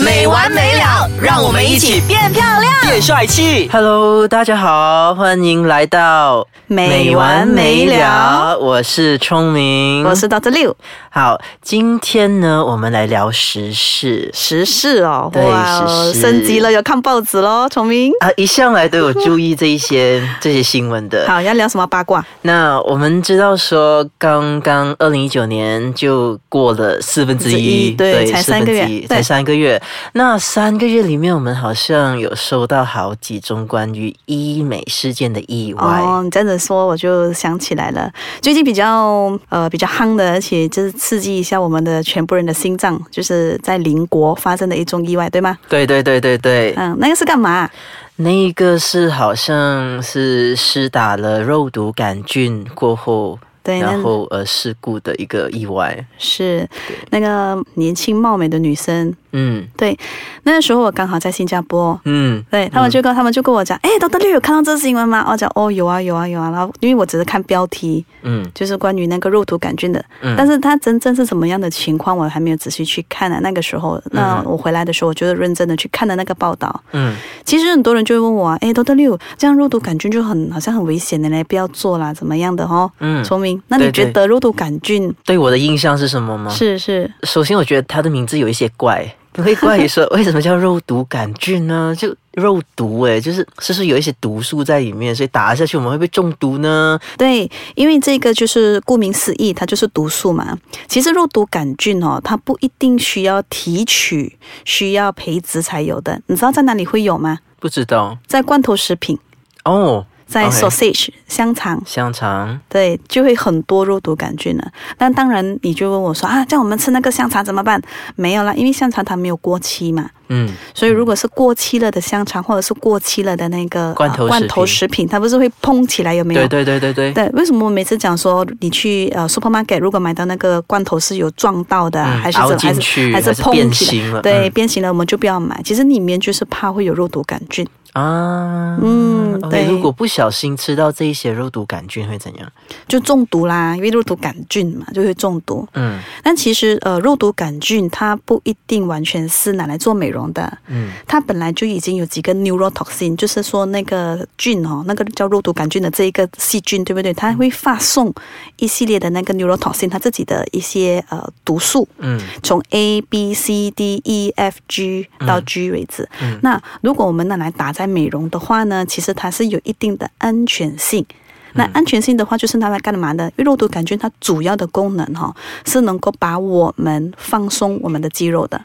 没完没了，让我们一起变漂亮。变帅气。 Hello，大家好，欢迎来到没完没了。我是聪明，我是 Doctor 六，好。今天呢，我们来聊时事时事哦，对哦时事升级了，有看报纸喽，崇明。啊，一向来都有注意这一些这些新闻的。好，要聊什么八卦？那我们知道说，刚刚二零一九年就过了四分之一，对才四分三个月之一对才三个月。那三个月里面，我们好像有收到好几宗关于医美事件的意外。哦，你这样子说我就想起来了，最近比较呃比较夯的，而且就是刺激一下我们的全部人的心脏，就是在邻国发生的一宗意外，对吗？对对对对对，嗯，那个是干嘛？那个是好像是施打了肉毒杆菌过后，对，那然后呃事故的一个意外。是那个年轻貌美的女生。嗯对，那时候我刚好在新加坡，嗯，对他们就跟、他们就跟我讲，哎，豆豆六有看到这新闻吗？我讲哦，有啊，有啊，有啊。然后因为我只是看标题，嗯就是关于那个肉毒杆菌的，嗯但是它真正是怎么样的情况，我还没有仔细去看啊。那个时候，那我回来的时候，我就是认真的去看的那个报道。嗯其实很多人就会问我啊，哎，豆豆六这样肉毒杆菌就很好像很危险的嘞，不要做啦，怎么样的哦？嗯，聪明，那你对对啊觉得肉毒杆菌对我的印象是什么吗？是是首先，我觉得它的名字有一些怪，你会怪 于说为什么叫肉毒杆菌呢？就肉毒诶、就是是不是有一些毒素在里面，所以打下去我们会不会中毒呢？对，因为这个就是顾名思义，它就是毒素嘛。其实肉毒杆菌哦，它不一定需要提取，需要培植才有的。你知道在哪里会有吗？不知道在罐头食品，哦。在 OK sausage 香肠，香肠，对，就会很多肉毒杆菌了。但当然，你就问我说啊，叫我们吃那个香肠怎么办？没有啦，因为香肠它没有过期嘛。嗯，所以，如果是过期了的香肠，或者是过期了的那个呃罐头食罐头品食品，它不是会膨起来有没有？对对对对对，对，为什么我每次讲说你去呃 supermarket 如果买到那个罐头是有撞到的啊，嗯还是凹怎么还是进去还是还是碰变起来形了对，嗯变形了我们就不要买。其实里面就是怕会有肉毒杆菌。啊，嗯 OK，对如果不小心吃到这一些肉毒杆菌会怎样？就中毒啦，因为肉毒杆菌嘛就会中毒。嗯但其实呃，肉毒杆菌它不一定完全是拿来做美容的，嗯，它本来就已经有几个 neurotoxin，就是说那个菌哦，那个叫肉毒杆菌的这一个细菌，对不对？它会发送一系列的那个 neurotoxin，它自己的一些呃毒素，嗯，从 A B C D E F G 到 G 为止。嗯那如果我们拿来打在美容的话呢，其实它是有一定的安全性。嗯那安全性的话，就是拿来干嘛的？因为肉毒杆菌它主要的功能哈、哦，是能够把我们放松我们的肌肉的。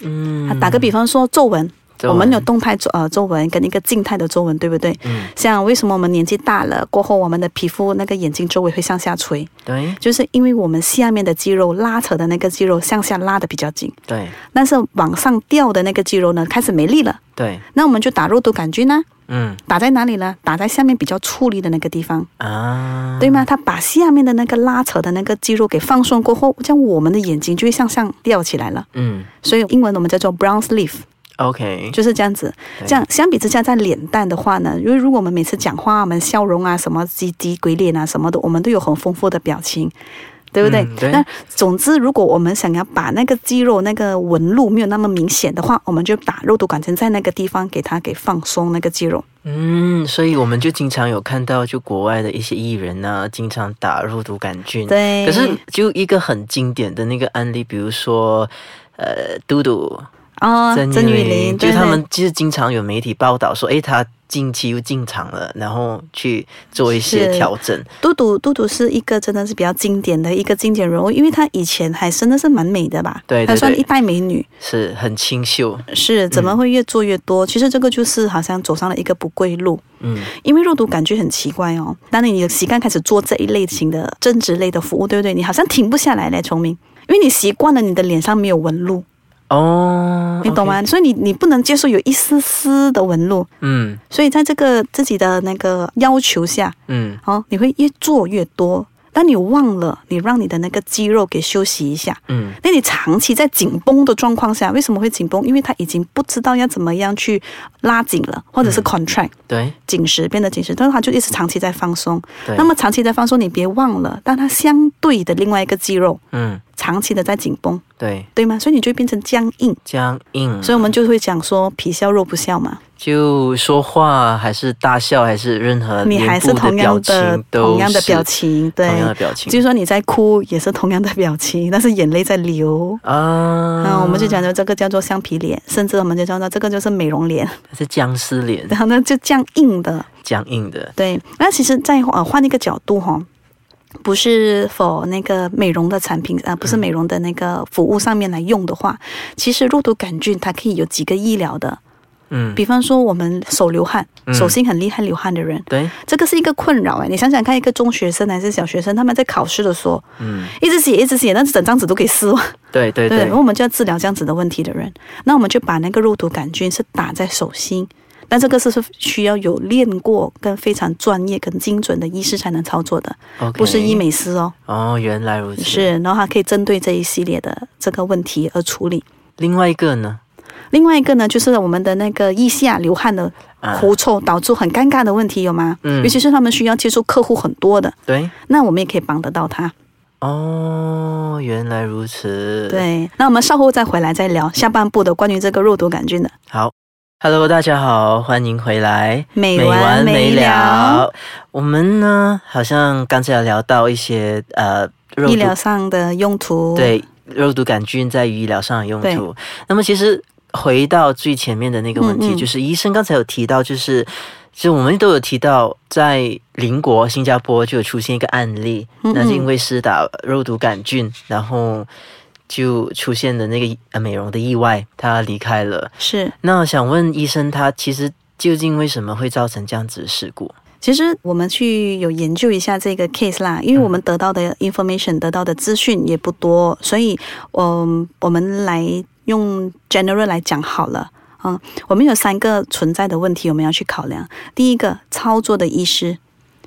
嗯，打个比方说皱纹，皱我纹们有动态皱呃皱纹跟一个静态的皱纹，对不对？嗯像为什么我们年纪大了过后，我们的皮肤那个眼睛周围会向下垂，对就是因为我们下面的肌肉拉扯的那个肌肉向下拉的比较紧，对但是往上掉的那个肌肉呢开始没力了，对，那我们就打肉毒杆菌呢、嗯打在哪里呢？打在下面比较粗力的那个地方，啊，对吗？它把下面的那个拉扯的那个肌肉给放松过后，这样我们的眼睛就会向上吊起来了。嗯所以英文我们叫做 brown sleeve， ，OK，就是这样子。对这样相比之下，在脸蛋的话呢，因为如果我们每次讲话，我们笑容啊、什么鸡鸡鬼脸啊、什么的，我们都有很丰富的表情。对不对？嗯对那总之，如果我们想要把那个肌肉那个纹路没有那么明显的话，我们就打肉毒杆菌在那个地方，给它给放松那个肌肉。嗯，所以我们就经常有看到，就国外的一些艺人呢、经常打肉毒杆菌。对可是就一个很经典的那个案例，比如说，呃，嘟嘟、啊、曾玉玉玲，玲，对就他对们其实经常有媒体报道说，诶，她近期又进场了，然后去做一些是调整。嘟嘟嘟嘟是一个真的是比较经典的一个经典人物，因为她以前还真的是蛮美的吧，对对还算对一代美女。是很清秀，是怎嗯么会越做越多？其实这个就是好像走上了一个不归路，嗯，因为肉毒杆菌很奇怪哦。当你的习惯开始做这一类型的增值类的服务，对不对？你好像停不下来嘞，崇明，因为你习惯了你的脸上没有纹路，哦，你懂 OK？吗？所以你你不能接受有一丝丝的纹路，嗯所以在这个自己的那个要求下，嗯哦，你会越做越多。但你忘了，你让你的那个肌肉给休息一下。嗯，那你长期在紧绷的状况下，为什么会紧绷？因为他已经不知道要怎么样去拉紧了，或嗯者是 contract、对紧实变得紧实，但是他就一直长期在放松。对。那么长期在放松，你别忘了，但它相对的另外一个肌肉嗯，长期的在紧绷，对，对吗？所以你就会变成僵硬。僵硬，所以我们就会讲说皮笑肉不笑嘛，就说话还是大笑还是任何你还是呃脸部同样表的情都同样的是表情，对同，样的表情，就是说你在哭也是同样的表情，但是眼泪在流。啊，啊，我们就讲究这个叫做橡皮脸，甚至我们就叫做这个就是美容脸，它是僵尸脸，然后呢就这样硬的。僵硬的，对，那其实再呃换一个角度哈、不是否那个美容的产品啊、呃不是美容的那个服务上面来用的话，其实肉毒杆菌它可以有几个医疗的，嗯，比方说我们手流汗，嗯手心很厉害流汗的人，对，这个是一个困扰哎。你想想看，一个中学生还是小学生，他们在考试的时候嗯，一直写一直写，但是整张纸都给撕完。对对对然后，我们就要治疗这样子的问题的人，那我们就把那个肉毒杆菌是打在手心，但这个是是需要有练过跟非常专业跟精准的医师才能操作的， OK 不是医美师哦，哦，原来如此。是，然后它可以针对这一系列的这个问题而处理。另外一个呢，另外一个呢，就是我们的那个腋下流汗的啊狐臭导致很尴尬的问题有吗？嗯尤其是他们需要接触客户很多的，对，那我们也可以帮得到他。哦，原来如此。，对，那我们稍后再回来再聊下半部的关于这个肉毒杆菌的。好，Hello，大家好，欢迎回来，美完美了。我们呢，好像刚才有聊到一些呃，肉医毒疗上的用途，，对肉毒杆菌在于医疗上的用途。那么其实回到最前面的那个问题，嗯嗯就是医生刚才有提到，就是就我们都有提到，在邻国新加坡就有出现一个案例，嗯嗯那是因为施打肉毒杆菌，然后就出现了那个呃美容的意外，他离开了。是。那我想问医生，他其实究竟为什么会造成这样子的事故？其实我们去有研究一下这个 case 啦，因为我们得到的 information 得到的资讯也不多，所以，嗯，我们来用 general 来讲好了。嗯，我们有三个存在的问题，我们要去考量。第一个，操作的医师，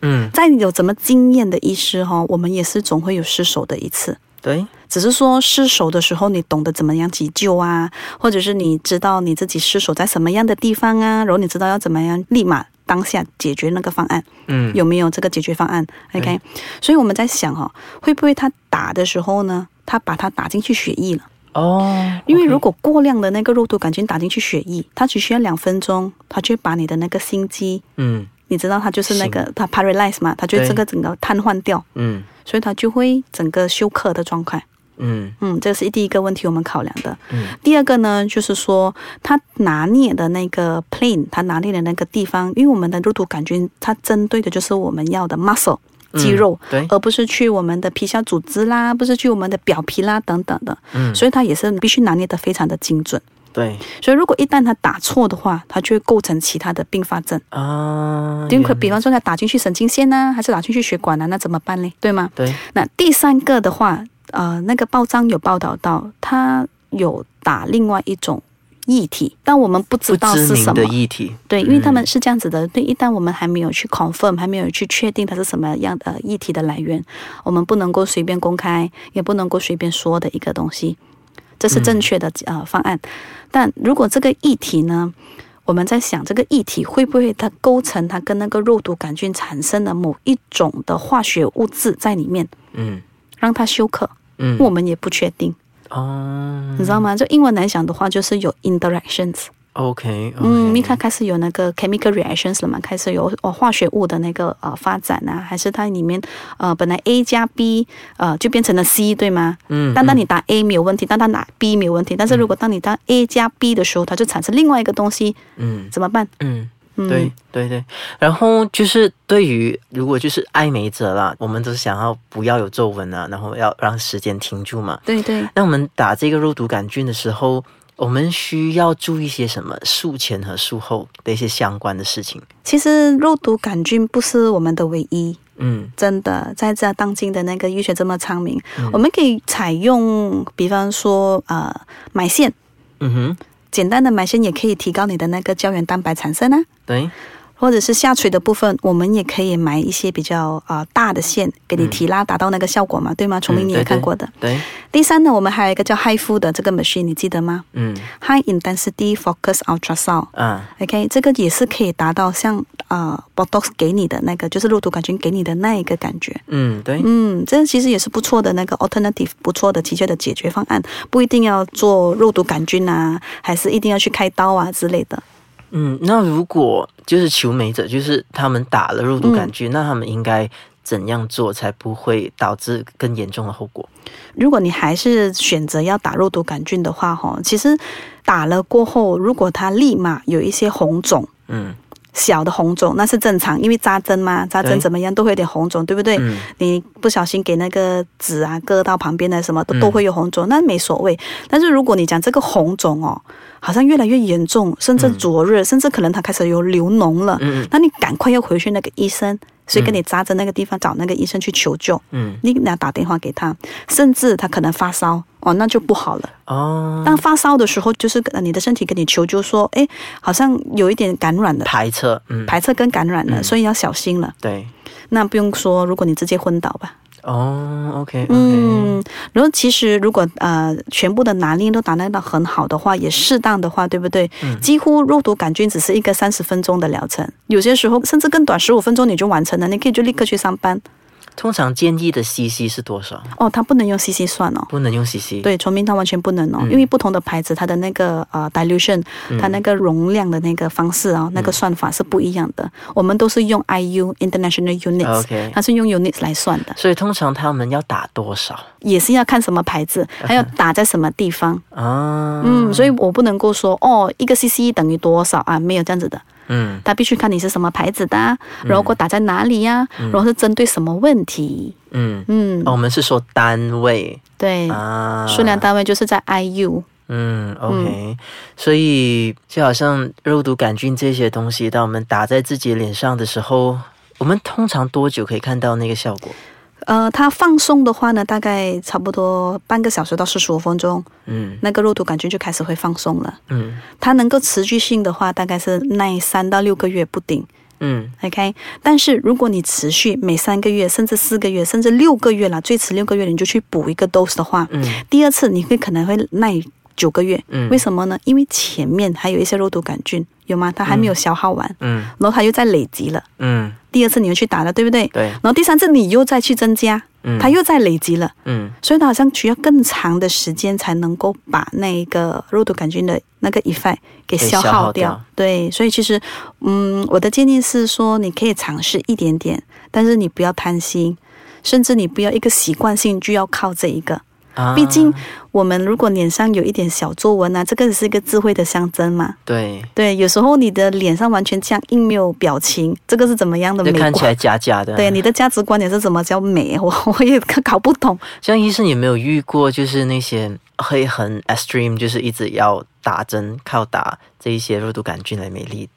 嗯，在有怎么经验的医师哈、我们也是总会有失手的一次。对，只是说失手的时候，你懂得怎么样急救啊，或者是你知道你自己失手在什么样的地方啊，然后你知道要怎么样立马当下解决那个方案，嗯，有没有这个解决方案？OK，、所以我们在想哦，会不会他打的时候呢，他把它打进去血液了？哦，因为 OK 如果过量的那个肉毒杆菌打进去血液，它只需要两分钟，它就会把你的那个心肌，嗯你知道它就是那个它 paralyze 嘛，它就会对这个整个瘫痪掉，嗯所以它就会整个休克的状况。嗯嗯，这是第一个问题我们考量的。嗯第二个呢，就是说他拿捏的那个 plane，他拿捏的那个地方，因为我们的肉毒杆菌，它针对的就是我们要的 muscle 嗯肌肉，对，而不是去我们的皮下组织啦，不是去我们的表皮啦等等的，嗯，所以它也是必须拿捏的非常的精准。对。所以如果一旦他打错的话，它就会构成其他的并发症。啊，因为可原比方说他打进去神经线呐、还是打进去血管啊，那怎么办嘞？对吗？对，那第三个的话，呃，那个报章有报道到，他有打另外一种液体，但我们不知不道知是名什的么。议题，对，因为他们嗯是这样子的，对，一旦我们还没有去 confirm，还没有去确定它是什么样的液体的来源，我们不能够随便公开，也不能够随便说的一个东西，这是正确的、呃方案。但如果这个液体呢，我们在想这个液体会不会它构成它跟那个肉毒杆菌产生的某一种的化学物质在里面，嗯让它休克，嗯，我们也不确定，哦你知道吗？就英文来讲的话，就是有 interactions， ，OK，嗯，因为它开始有那个 chemical reactions 了嘛，开始有哦化学物的那个呃发展啊，还是它里面呃本来 A 加 B 呃就变成了 C 对吗？嗯，单单你打 A 没有问题，单单打 B 没有问题，但是如果当你当 A 加 B 的时候，它就产生另外一个东西，嗯怎么办？嗯嗯，嗯，对，对对，然后就是对于如果就是爱美者啦，我们都是想要不要有皱纹啊，然后要让时间停住嘛。对对。那我们打这个肉毒杆菌的时候，我们需要注意些什么术前和术后的一些相关的事情？其实肉毒杆菌不是我们的唯一，嗯真的，在这当今的那个医学这么昌明，我们可以采用，比方说呃埋线，嗯哼，简单的埋线也可以提高你的那个胶原蛋白产生啊。对，或者是下垂的部分，我们也可以买一些比较呃大的线，给你提拉，达到那个效果嘛，对吗？崇明你也看过的。对，第三呢，我们还有一个叫 High Fu 的这个 machine，你记得吗嗯？High Intensity Focus Ultrasound。啊， OK，这个也是可以达到像呃 Botox 给你的那个，就是肉毒杆菌给你的那一个感觉。嗯对，嗯，这其实也是不错的那个 alternative，不错的的确的解决方案，不一定要做肉毒杆菌啊，还是一定要去开刀啊之类的。嗯，那如果就是求美者，就是他们打了肉毒杆菌，嗯那他们应该怎样做才不会导致更严重的后果？如果你还是选择要打肉毒杆菌的话，哈，其实打了过后，如果它立马有一些红肿，嗯小的红肿那是正常，因为扎针嘛，扎针对怎么样都会有点红肿，对不对？嗯你不小心给那个纸啊割到旁边的什么都都嗯会有红肿，那没所谓。但是如果你讲这个红肿哦，好像越来越严重，甚至灼热，甚至可能它开始有流脓了，嗯那你赶快要回去那个医生，所以跟你扎针那个地方找那个医生去求救，嗯你拿打电话给他，甚至他可能发烧哦，那就不好了。哦，当发烧的时候，就是呃你的身体跟你求救说，哎，好像有一点感染了。排斥，嗯排斥跟感染了，所以要小心了。对，那不用说，如果你直接昏倒吧，哦，OK OK，嗯，然后其实如果呃全部的拿捏都拿捏到很好的话，也适当的话，对不对？嗯几乎肉毒杆菌只是一个三十分钟的疗程，有些时候甚至更短，十五分钟你就完成了，你可以就立刻去上班。通常建议的 CC 是多少？哦，它不能用 CC 算哦。不能用 CC，，对，崇明它完全不能哦，嗯因为不同的牌子它的那个呃 dilution，它那个容量的那个方式啊、嗯那个算法是不一样的。我们都是用 IU International Units，、啊 OK 它是用 units 来算的，所以通常他们要打多少也是要看什么牌子，还有打在什么地方。啊？嗯，所以我不能够说哦，一个 CC 等于多少啊，没有这样子的。嗯它必须看你是什么牌子的、啊，然后给我打在哪里呀、然后是针对什么问题。嗯，嗯，哦我们是说单位对，啊，数量单位就是在 IU。嗯，OK，所以就好像肉毒杆菌这些东西，当我们打在自己脸上的时候，我们通常多久可以看到那个效果？呃，它放松的话呢，大概差不多半个小时到四十五分钟，嗯那个肉毒杆菌就开始会放松了。嗯它能够持续性的话，大概是耐三到六个月不顶。嗯 OK，但是如果你持续每三个月，甚至四个月，甚至六个月啦，最迟六个月你就去补一个 dose 的话，嗯第二次你会可能会耐九个月。嗯为什么呢？因为前面还有一些肉毒杆菌，有吗？它还没有消耗完，嗯然后它又在累积了。嗯，第二次你又去打了，对不对？对然后第三次你又再去增加，嗯它又在累积了，嗯所以它好像需要更长的时间才能够把那一个肉毒杆菌的那个 effect 给消消耗耗掉对，所以其实，嗯，我的建议是说，你可以尝试一点点，但是你不要贪心，甚至你不要一个习惯性就要靠这一个。啊，毕竟，我们如果脸上有一点小皱纹啊，这个是一个智慧的象征嘛。对，对，有时候你的脸上完全僵硬，没有表情，这个是怎么样的就美看起观？来假假 的。对，你的价值观点是怎么叫美？ 我我也搞不懂。像医生有没有遇过，就是那些会很 extreme，就是一直要打针，靠打这一些肉毒杆菌来美丽？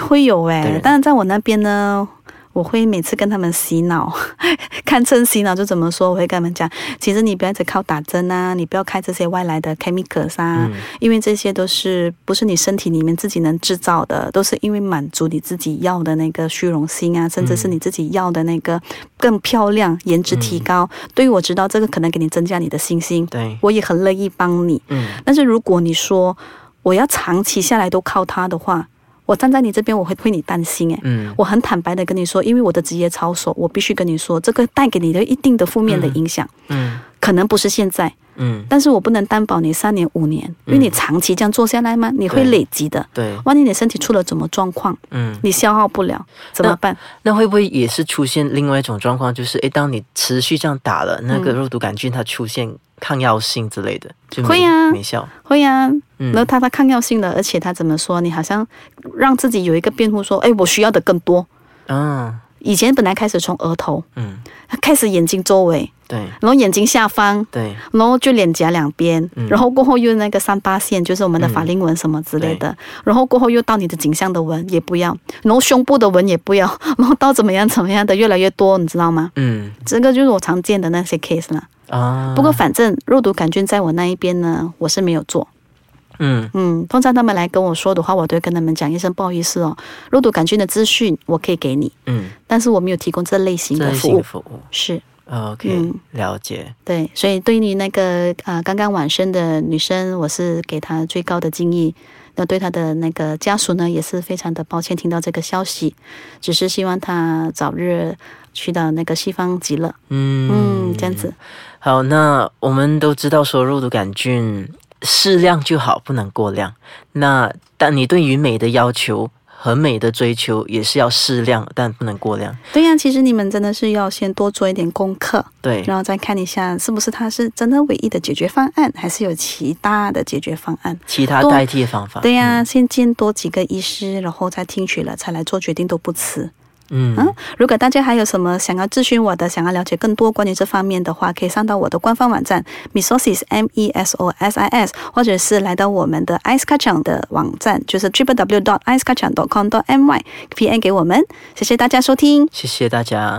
会有哎、对但是在我那边呢，我会每次跟他们洗脑， 看称洗脑就怎么说，我会跟他们讲，其实你不要只靠打针啊，你不要开这些外来的 chemicals 啊，因为这些都是不是你身体里面自己能制造的，都是因为满足你自己要的那个虚荣心啊，甚至是你自己要的那个更漂亮、颜值提高。对于我知道这个可能给你增加你的信心，对，我也很乐意帮你。嗯但是如果你说我要长期下来都靠他的话，我站在你这边，我会为你担心诶。嗯我很坦白的跟你说，因为我的职业操守，我必须跟你说，这个带给你的一定的负面的影响，嗯可能不是现在，嗯，但是我不能担保你三年五年，因为你长期这样做下来嘛，你会累积的。对，万一你身体出了什么状况，嗯。你消耗不了怎么办？那会不会也是出现另外一种状况，就是诶，当你持续这样打了，那嗯个肉毒杆菌它出现抗药性之类的，就没会啊没效。会呀、嗯然后它它抗药性的，而且它怎么说？你好像让自己有一个辩护，说，哎，我需要的更多。嗯以前本来开始从额头，嗯，开始眼睛周围，对然后眼睛下方，对，然后就脸颊两边，嗯然后过后又那个三八线，就是我们的法令纹什么之类的，然后过后又到你的颈项的纹也不要，然后胸部的纹也不要，然后到怎么样怎么样的越来越多，你知道吗？嗯这个就是我常见的那些 case 啦。啊，不过反正肉毒杆菌在我那一边呢，我是没有做，嗯，嗯，通常他们来跟我说的话，我都会跟他们讲一声不好意思哦，肉毒杆菌的资讯我可以给你，嗯，但是我没有提供这类型这的类服型务的。服务是，OK，、嗯了解。对，所以对于那个呃刚刚晚生的女生，我是给她最高的敬意。那对她的那个家属呢，也是非常的抱歉听到这个消息，只是希望她早日去到那个西方极乐。嗯嗯，这样子。好，那我们都知道说肉毒杆菌适量就好，不能过量。那但你对于美的要求和美的追求也是要适量，但不能过量。对呀、其实你们真的是要先多做一点功课，对，然后再看一下是不是它是真的唯一的解决方案，还是有其他的解决方案。其他多代替的方法。嗯对呀、先见多几个医师，然后再听取了，才来做决定都不迟。嗯，嗯嗯，如果大家还有什么想要咨询我的，想要了解更多关于这方面的话，可以上到我的官方网站 mesosis m e s o s i s，或者是来到我们的 ice k a c a n g 的网站，就是 triple w dot ice k a c a n g dot com dot my p n 给我们。谢谢大家收听。谢谢大家。